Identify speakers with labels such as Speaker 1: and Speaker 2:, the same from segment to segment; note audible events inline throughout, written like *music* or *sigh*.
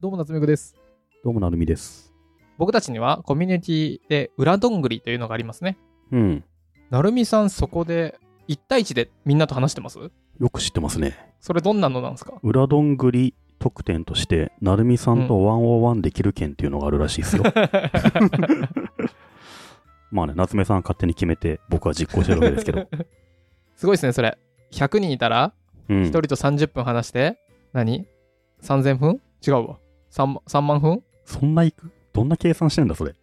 Speaker 1: どうも夏目くです。
Speaker 2: どうもなるみです。
Speaker 1: 僕たちにはコミュニティで裏どんぐりというのがありますね。
Speaker 2: うん。
Speaker 1: なるみさんそこで1対1でみんなと話してます
Speaker 2: よく知ってますね。
Speaker 1: それどんなのなんですか
Speaker 2: 裏どんぐり特典として、なるみさんとワンオワンできる券っていうのがあるらしいです *laughs* よ。まあね、夏目さん勝手に決めて、僕は実行してるわけですけど。
Speaker 1: *laughs* すごいですね、それ。100人いたら
Speaker 2: *laughs* うん。
Speaker 1: 1人と30分話して、何 ?3000 分違うわ。3, 3万分
Speaker 2: そんないくどんな計算してんだ、そ *laughs* れ。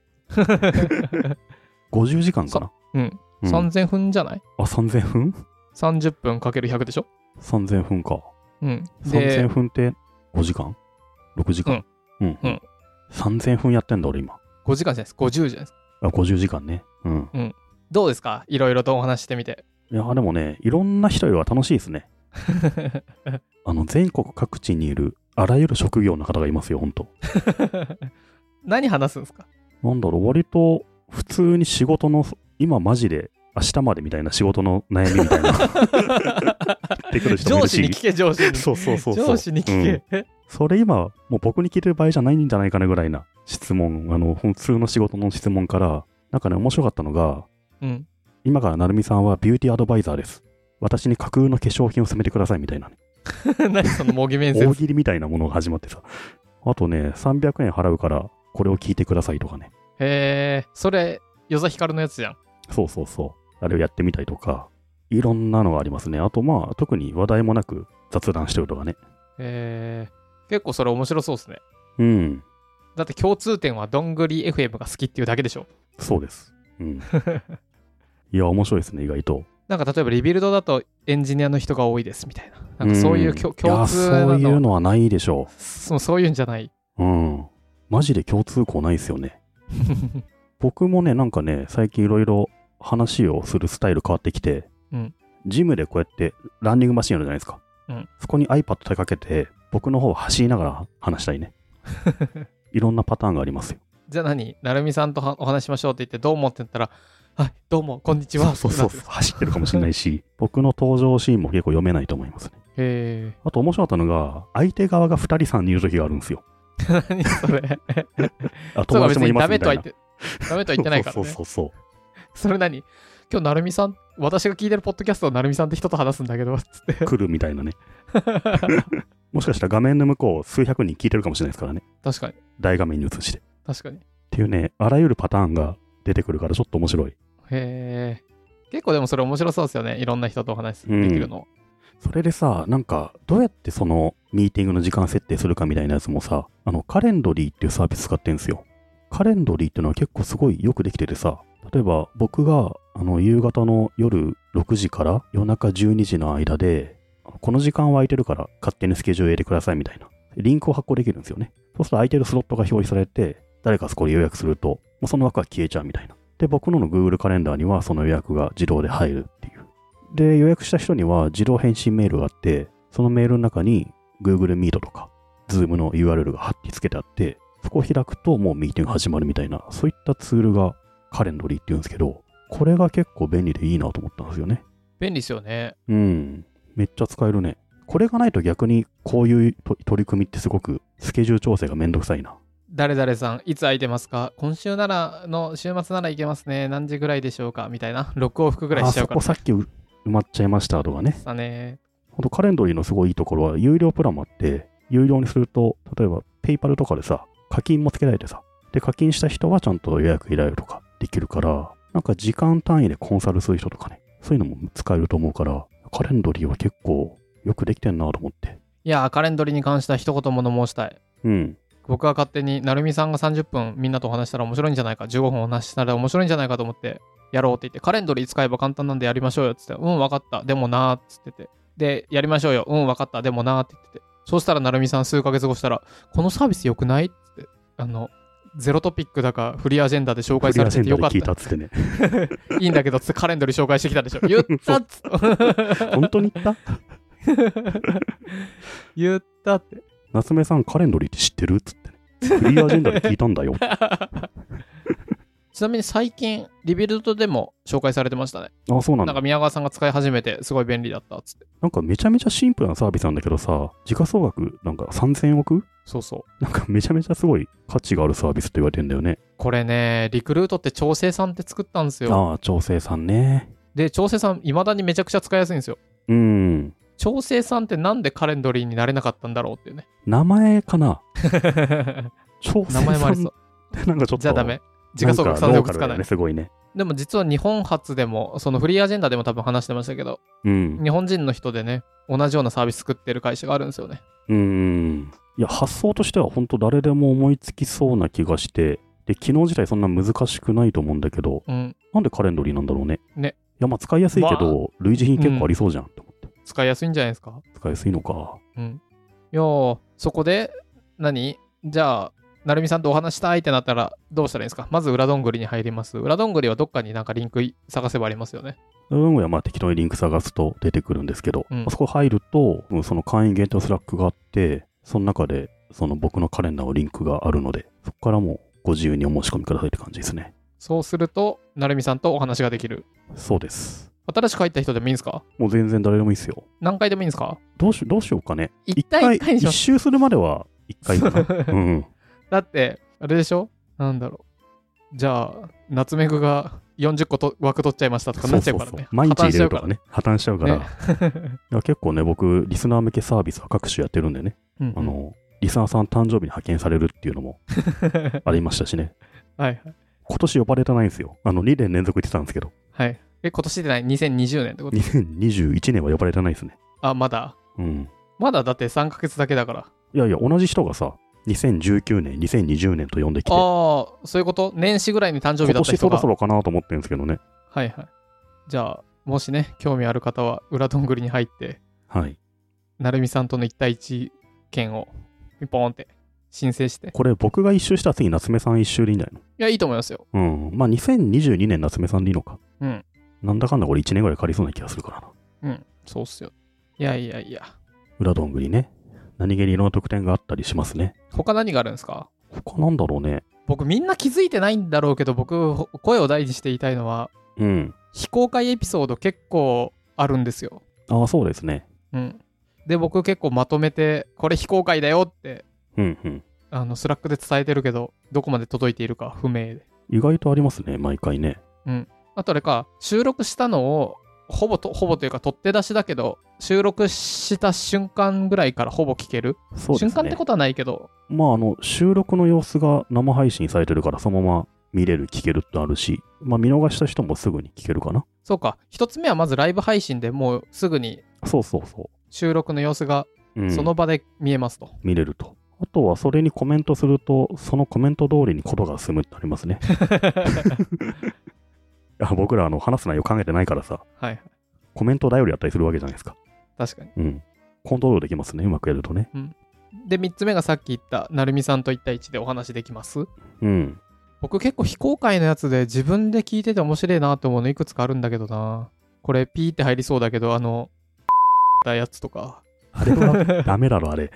Speaker 2: 50時間かな。
Speaker 1: うん。
Speaker 2: うん、
Speaker 1: 3000分じゃない
Speaker 2: あ、3000分
Speaker 1: ?30 分かける100でしょ
Speaker 2: ?3000 分か。
Speaker 1: うん。
Speaker 2: 3000
Speaker 1: で、
Speaker 2: 分って5時間 ?6 時間、うん、うん
Speaker 1: うん
Speaker 2: 3000分やってんだ、俺今。
Speaker 1: 5時間じゃないです。50じゃないです。
Speaker 2: あ、50時間ね。うん。
Speaker 1: どうですかいろいろとお話ししてみて。 *laughs*
Speaker 2: いや、でもね、いろんな人よりは楽しいですね。あの、全国各地にいる、あらゆる職業の方がいますよ、ほんと。
Speaker 1: 何話すんですか
Speaker 2: なんだろう、割と、普通に仕事の、今マジで、明日までみたいな仕事の悩みみたいな、ってくる人もい
Speaker 1: *laughs* 上
Speaker 2: る
Speaker 1: 司に
Speaker 2: し。
Speaker 1: 聞け、上司に。
Speaker 2: *laughs* そうそうそうそう。
Speaker 1: 上司に聞け。
Speaker 2: それ今、もう僕に聞いてる場合じゃないんじゃないかなぐらいな質問、あの、普通の仕事の質問から、なんかね、面白かったのが、
Speaker 1: うん。
Speaker 2: 今からなるみさんはビューティーアドバイザーです。私に架空の化粧品を勧めてくださいみたいなね、
Speaker 1: *laughs* 何その模擬面
Speaker 2: 大
Speaker 1: 接。
Speaker 2: 喜利みたいなものが始まってさ。あとね、300円払うから、これを聞いてくださいとかね。
Speaker 1: へえ、それ、与座ヒカルのやつじゃん。
Speaker 2: そうそうそう。あれをやってみたりとか、いろんなのがありますね。あとまあ、特に話題もなく雑談してるとかね。
Speaker 1: へえ、結構それ面白そうですね。
Speaker 2: うん、
Speaker 1: だって共通点はどんぐり FM が好きっていうだけでし
Speaker 2: *laughs*
Speaker 1: ょ。
Speaker 2: そうです。うん。いや、面白いですね、意外と。
Speaker 1: なんか例えばリビルドだとエンジニアの人が多いですみたいな。なんかそういうきょ
Speaker 2: ん
Speaker 1: 共通
Speaker 2: いや
Speaker 1: な
Speaker 2: そういう
Speaker 1: の
Speaker 2: のはないでしょ
Speaker 1: そうそういうんじゃ
Speaker 2: *laughs*
Speaker 1: ない。
Speaker 2: う。うん。マジで共通項ないですよね。僕もね、なんかね、最近いろいろ話をするスタイル変わってきて、
Speaker 1: うん
Speaker 2: ジムでこうやってランニングマシンあるじゃないですか。
Speaker 1: うん
Speaker 2: そこに iPad 立てかけて、僕の方を走りながら話した
Speaker 1: *laughs*
Speaker 2: いね。いろんなパターンがありますよ。
Speaker 1: じゃあ何なるみさんとはお話ししましょうって言ってどう思ってんだったら、はい、どうも、こんにちは。
Speaker 2: そうそう
Speaker 1: ってな
Speaker 2: そう
Speaker 1: っ
Speaker 2: そう。
Speaker 1: てる
Speaker 2: 走ってるかもしれないし、僕の登場シーンも結構読めないと思いますね。
Speaker 1: へ
Speaker 2: あと面白かったのが、相手側が2人3人いる時があるんですよ。
Speaker 1: え、何それ。
Speaker 2: あ、
Speaker 1: そう
Speaker 2: *laughs* 友
Speaker 1: か
Speaker 2: 達
Speaker 1: 別
Speaker 2: もい
Speaker 1: に
Speaker 2: ま
Speaker 1: ダ
Speaker 2: す
Speaker 1: メ
Speaker 2: み
Speaker 1: とは
Speaker 2: た
Speaker 1: 言
Speaker 2: いな
Speaker 1: っ。て、ダメとは言ってないから
Speaker 2: そう
Speaker 1: ね。
Speaker 2: そうそうそう。
Speaker 1: それ何今日なるみさん私が聞いてるポッドキャストはなるみさんって人と話すんだけどつって
Speaker 2: 来るみた
Speaker 1: *laughs*
Speaker 2: いなね。もしかしたら画面の向こう、数百人聞いてるかもしれないですからね。
Speaker 1: 確かに
Speaker 2: 大画面に映して。
Speaker 1: 確かに
Speaker 2: っていうね、あらゆるパターンが出てくるからちょっと面白い。
Speaker 1: へえ結構でもそれ面白そうですよねいろんな人とお話しできるの、
Speaker 2: それでさ、なんか、どうやってそのミーティングの時間設定するかみたいなやつもさ、あの、カレンドリーっていうサービス使ってんすよ。カレンドリーっていうのは結構すごいよくできててさ、例えば僕が、あの、夕方の夜6時から夜中12時の間で、あのこの時間は空いてるから勝手にスケジュール入れてくださいみたいな。リンクを発行できるんですよね。そうすると空いてるスロットが表示されて、誰かそこで予約すると、もうその枠は消えちゃうみたいな。で、僕のの Google カレンダーにはその予約が自動で入るっていう。で、予約した人には自動返信メールがあって、そのメールの中に Google Meet とか Zoom の URL が貼り付けてあって、そこを開くともうミーティング始まるみたいな、そういったツールがカレンドリーっていうんですけど、これが結構便利でいいなと思ったんですよね。
Speaker 1: 便利ですよね
Speaker 2: うん。めっちゃ使えるね。これがないと逆にこういうと取り組みってすごくスケジュール調整がめんどくさいな。
Speaker 1: 誰々さんいつ空いてますか今週ならの週末なら行けますね何時ぐらいでしょうかみたいな6往復ぐらい
Speaker 2: あ
Speaker 1: しちゃ
Speaker 2: そう
Speaker 1: か
Speaker 2: こ
Speaker 1: ら
Speaker 2: さっきう埋まっちゃいましたとかね。
Speaker 1: だね
Speaker 2: あとカレンドリーのすごいいいところは、有料プランもあって、有料にすると、例えば、ペイパルとかでさ、課金もつけられてさ、で、課金した人はちゃんと予約入れられるとかできるから、なんか時間単位でコンサルする人とかね、そういうのも使えると思うから、カレンドリーは結構よくできてんなと思って。
Speaker 1: いやーカレンドリに関しては一言物申したい
Speaker 2: うん。
Speaker 1: 僕は勝手になるみさんが30分みんなとお話したら面白いんじゃないか15分お話したら面白いんじゃないかと思ってやろうって言ってカレンドリー使えば簡単なんでやりましょうよっつってうん分かったでもなーっつっててでやりましょうようん分かったでもなーって言っててそうしたらなるみさん数ヶ月後したらこのサービス良くないっつってあのゼロトピックだかフリーアジェンダで紹
Speaker 2: ク
Speaker 1: 介
Speaker 2: リ
Speaker 1: され
Speaker 2: ア
Speaker 1: て
Speaker 2: セン
Speaker 1: て
Speaker 2: ター
Speaker 1: よか
Speaker 2: で
Speaker 1: っ
Speaker 2: 聞い
Speaker 1: た
Speaker 2: たっつってね。
Speaker 1: いいんだけどっつってカレンドリー紹介してきたでしょ言ったっつって
Speaker 2: 本当に言った
Speaker 1: 言ったって
Speaker 2: 夏目さん、カレンドリーって知ってるっつってね。フリーアジェンダで聞いたんだよ。
Speaker 1: *laughs* ちなみに最近、リビルドでも紹介されてましたね。
Speaker 2: あ、そうなん
Speaker 1: な
Speaker 2: だ
Speaker 1: んか。宮川さんが使い始めて、すごい便利だったっつって。
Speaker 2: なんかめちゃめちゃシンプルなサービスなんだけどさ、時価総額なんか3000億
Speaker 1: そうそう。
Speaker 2: なんかめちゃめちゃすごい価値があるサービスと言われてんだよね。
Speaker 1: これね、リクルートって調整さんって作ったんですよ。
Speaker 2: ああ、調整さんね。
Speaker 1: で、調整さん、いまだにめちゃくちゃ使いやすいんですよ。
Speaker 2: うん。
Speaker 1: 調整さんってなんでカレンドリーになれなかったんだろう
Speaker 2: *laughs*
Speaker 1: っていうね。
Speaker 2: 名前かな調
Speaker 1: 名
Speaker 2: 整さん
Speaker 1: 前もありそう
Speaker 2: っ。てなんかちょっと。
Speaker 1: じゃあダメ。時価総額
Speaker 2: なん
Speaker 1: 3000
Speaker 2: ロー
Speaker 1: 億
Speaker 2: カ
Speaker 1: つか
Speaker 2: ルだよ
Speaker 1: ない
Speaker 2: ね、。すごいね。
Speaker 1: でも実は日本初でも、そのフリーアジェンダでも多分話してましたけど、
Speaker 2: うん。
Speaker 1: 日本人の人でね、同じようなサービス作ってる会社があるんですよね。
Speaker 2: うん。いや、発想としては本当誰でも思いつきそうな気がして、で、機能自体そんな難しくないと思うんだけど、
Speaker 1: うん。
Speaker 2: なんでカレンドリーなんだろうね。
Speaker 1: ね。
Speaker 2: いや、まあ使いやすいけ
Speaker 1: ま
Speaker 2: ど、類似品結構ありそうじゃん、と思って。
Speaker 1: 使いやすいんじゃないですか。
Speaker 2: 使いやすいのか。
Speaker 1: うん。いやーそこで、何じゃあ、なるみさんとお話したいってなったらどうしたらいいんですかまず裏どんぐりに入ります。裏どんぐりはどっかになんかリンク探せばありますよね。
Speaker 2: うんはまあ適当にリンク探すと出てくるんですけど、
Speaker 1: うん
Speaker 2: まあそこ入ると、うんその会員限定スラックがあって、その中で、その僕のカレンダーのリンクがあるので、そこからもうご自由にお申し込みくださいって感じですね。
Speaker 1: そうすると、なるみさんとお話ができる。
Speaker 2: そうです。
Speaker 1: 新しく入った人でもいいんですか
Speaker 2: もう全然誰でもいいですよ。
Speaker 1: 何回でもいいんですか
Speaker 2: どうしどうしようかね。
Speaker 1: 一回一回にし
Speaker 2: 一
Speaker 1: ます。
Speaker 2: 周するまでは一回かな。うん。
Speaker 1: *laughs* だって、あれでしょなんだろう。じゃあ、夏目ぐが40個と枠取っちゃいましたとかなっちゃうからね。
Speaker 2: 毎日
Speaker 1: 破綻
Speaker 2: 入
Speaker 1: し
Speaker 2: れ
Speaker 1: ちゃう
Speaker 2: るとかね。破綻しちゃうから。
Speaker 1: ね
Speaker 2: いや結構ね、僕、リスナー向けサービスは各種やってるんでね。
Speaker 1: うんうん
Speaker 2: あの、リスナーさん誕生日に派遣されるっていうのもありましたしね。
Speaker 1: *laughs* はいはい。
Speaker 2: 今年呼ばれてないんですよ。あの、2年連続言ってたんですけど、
Speaker 1: はい。え、今年でない ?2020 年ってこと
Speaker 2: 2021年は呼ばれてないですね。
Speaker 1: あ、まだ。
Speaker 2: うん。
Speaker 1: まだだって3ヶ月だけだから。
Speaker 2: いやいや、同じ人がさ、2019年、2020年と呼んできて、
Speaker 1: ああ、そういうこと年始ぐらいに誕生日
Speaker 2: 今
Speaker 1: だった人
Speaker 2: 年そろ
Speaker 1: が。
Speaker 2: そろかなと思ってるんですけどね。
Speaker 1: はいはい。じゃあ、もしね、興味ある方は、裏どんぐりに入って、
Speaker 2: はい。
Speaker 1: なるみさんとの1対1券を、ピンポーンって申請して。い
Speaker 2: これ、僕が一周したら次、夏目さん一周でいいんじゃない
Speaker 1: や、いいと思いますよ。
Speaker 2: のうん。まあ、2022年、夏目さんでいいのか。
Speaker 1: うん。
Speaker 2: なんだかんだこれ1年ぐらいかかりそうな気がするからな。
Speaker 1: うん、そうっすよ。いやいやいや。
Speaker 2: 裏どんぐりね。何気にいろんな特典があったりしますね。
Speaker 1: 他何があるんですか
Speaker 2: 他なんだろうね。
Speaker 1: 僕、みんな気づいてないんだろうけど、僕、ほ声を大にして言いたいのは、
Speaker 2: うん。
Speaker 1: 非公開エピソード結構あるんですよ。
Speaker 2: ああ、そうですね。
Speaker 1: うん。で、僕結構まとめて、これ非公開だよって、
Speaker 2: うんうん。
Speaker 1: あの、スラックで伝えてるけど、どこまで届いているか不明で。
Speaker 2: 意外とありますね、毎回ね。
Speaker 1: あとあれか、収録したのを、ほぼと、ほぼというか、取って出しだけど、収録した瞬間ぐらいからほぼ聞ける。
Speaker 2: そうです
Speaker 1: 瞬
Speaker 2: ね。
Speaker 1: 間ってことはないけど、
Speaker 2: まあ、あの、収録の様子が生配信されてるから、そのまま見れる、聞けるってあるし、まあ、見逃した人もすぐに聞けるかな。
Speaker 1: そうか、一つ目はまずライブ配信でもうすぐに
Speaker 2: そうそうそ
Speaker 1: 収録の様子が
Speaker 2: う。うん、
Speaker 1: その場で見えますと。
Speaker 2: 見れると。あとは、それにコメントすると、そのコメント通りにことが進むってあります *laughs* ね。いや僕ら、あの、話す内容考えてないからさ、
Speaker 1: はい、
Speaker 2: コメント頼りやったりするわけじゃないですか。
Speaker 1: 確かに。
Speaker 2: うん。コントロールできますね、うまくやるとね。
Speaker 1: で、3つ目がさっき言った、なるみさんと1対1でお話できます。
Speaker 2: うん。
Speaker 1: 僕結構非公開のやつで自分で聞いてて面白いなと思うのいくつかあるんだけどな。これピーって入りそうだけど、あの、 *laughs* たやつとか。
Speaker 2: あれは、ダメだろ、あれ。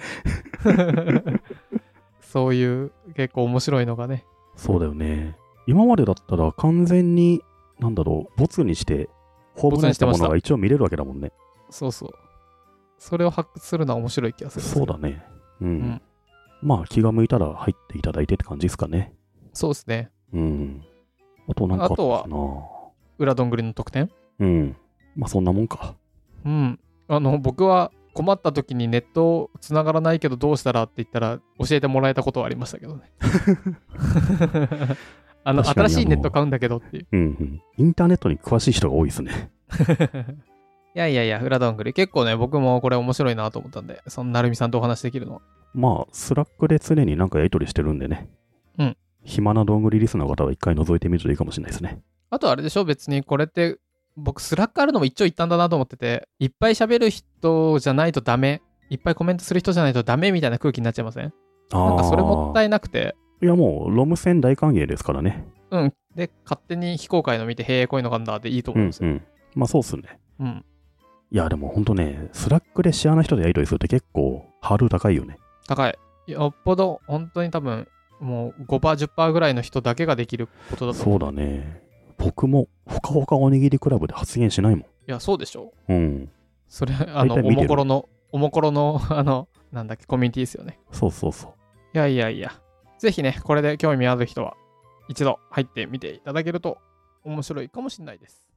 Speaker 1: そういう結構面白いのがね。
Speaker 2: そうだよね。今までだったら、完全に、なんだろう、ボツにして、放
Speaker 1: ボツ
Speaker 2: 物
Speaker 1: に
Speaker 2: に
Speaker 1: し
Speaker 2: してた
Speaker 1: まし
Speaker 2: も
Speaker 1: た
Speaker 2: のが一応見れるわけだもんね。
Speaker 1: そうそう。それを発掘するのは面白い気がする。
Speaker 2: そうだね。うん。
Speaker 1: ん
Speaker 2: まあ、気が向いたら入っていただいてって感じですかね。
Speaker 1: そうですね。
Speaker 2: うん。あとなんかあったかな。
Speaker 1: あ裏どんぐりの特典
Speaker 2: うん。まあ、そんなもんか。
Speaker 1: うん。あの、僕は困った時にネット繋がらないけどどうしたらって言ったら教えてもらえたことはありましたけど
Speaker 2: *laughs*
Speaker 1: ね。 *laughs* あの、
Speaker 2: 確かに
Speaker 1: 新しいネット買うんだけどっていう。
Speaker 2: うん、うん。インターネットに詳しい人が多いですね。
Speaker 1: *laughs* いやいやいや、裏どんぐり。結構ね、僕もこれ面白いなと思ったんで、そのなるみさんとお話できるのは。
Speaker 2: まあ、スラックで常になんかやりとりしてるんでね。
Speaker 1: うん。
Speaker 2: 暇などんぐりリスナーの方は一回覗いてみるといいかもしれないですね。
Speaker 1: あとあれでしょ、別にこれって、僕、スラックあるのも一長一短だなと思ってて、いっぱい喋る人じゃないとダメ、いっぱいコメントする人じゃないとダメみたいな空気になっちゃいません
Speaker 2: あ
Speaker 1: なんかそれもった
Speaker 2: い
Speaker 1: いなくて、
Speaker 2: いや、もう、ロム戦大歓迎ですからね。
Speaker 1: うん。で、勝手に非公開の見て、へえ、こういうのがあんだっていいと思
Speaker 2: う
Speaker 1: うん
Speaker 2: ん
Speaker 1: です
Speaker 2: う
Speaker 1: よ。
Speaker 2: ん。まあ、そうっすね。
Speaker 1: うん。
Speaker 2: いや、でも本当ね、スラックで知らない人でやりとりするって結構、ハードル高いよね。
Speaker 1: 高い。よっぽど、本当に多分、もう5%、10%ぐらいの人だけができることだと
Speaker 2: そうだね。僕も、ほかほかおにぎりクラブで発言しないも
Speaker 1: いや、そうでしょ。
Speaker 2: ん。うん。
Speaker 1: それ、あの、
Speaker 2: 大体
Speaker 1: お
Speaker 2: 見てる
Speaker 1: もころの、おもころの、 *laughs* あの、なんだっけ、コミュニティですよね。
Speaker 2: そうそうそ
Speaker 1: いやいやいや。ぜひね、これで興味ある人は、一度入ってみていただけると面白いかもしれないです。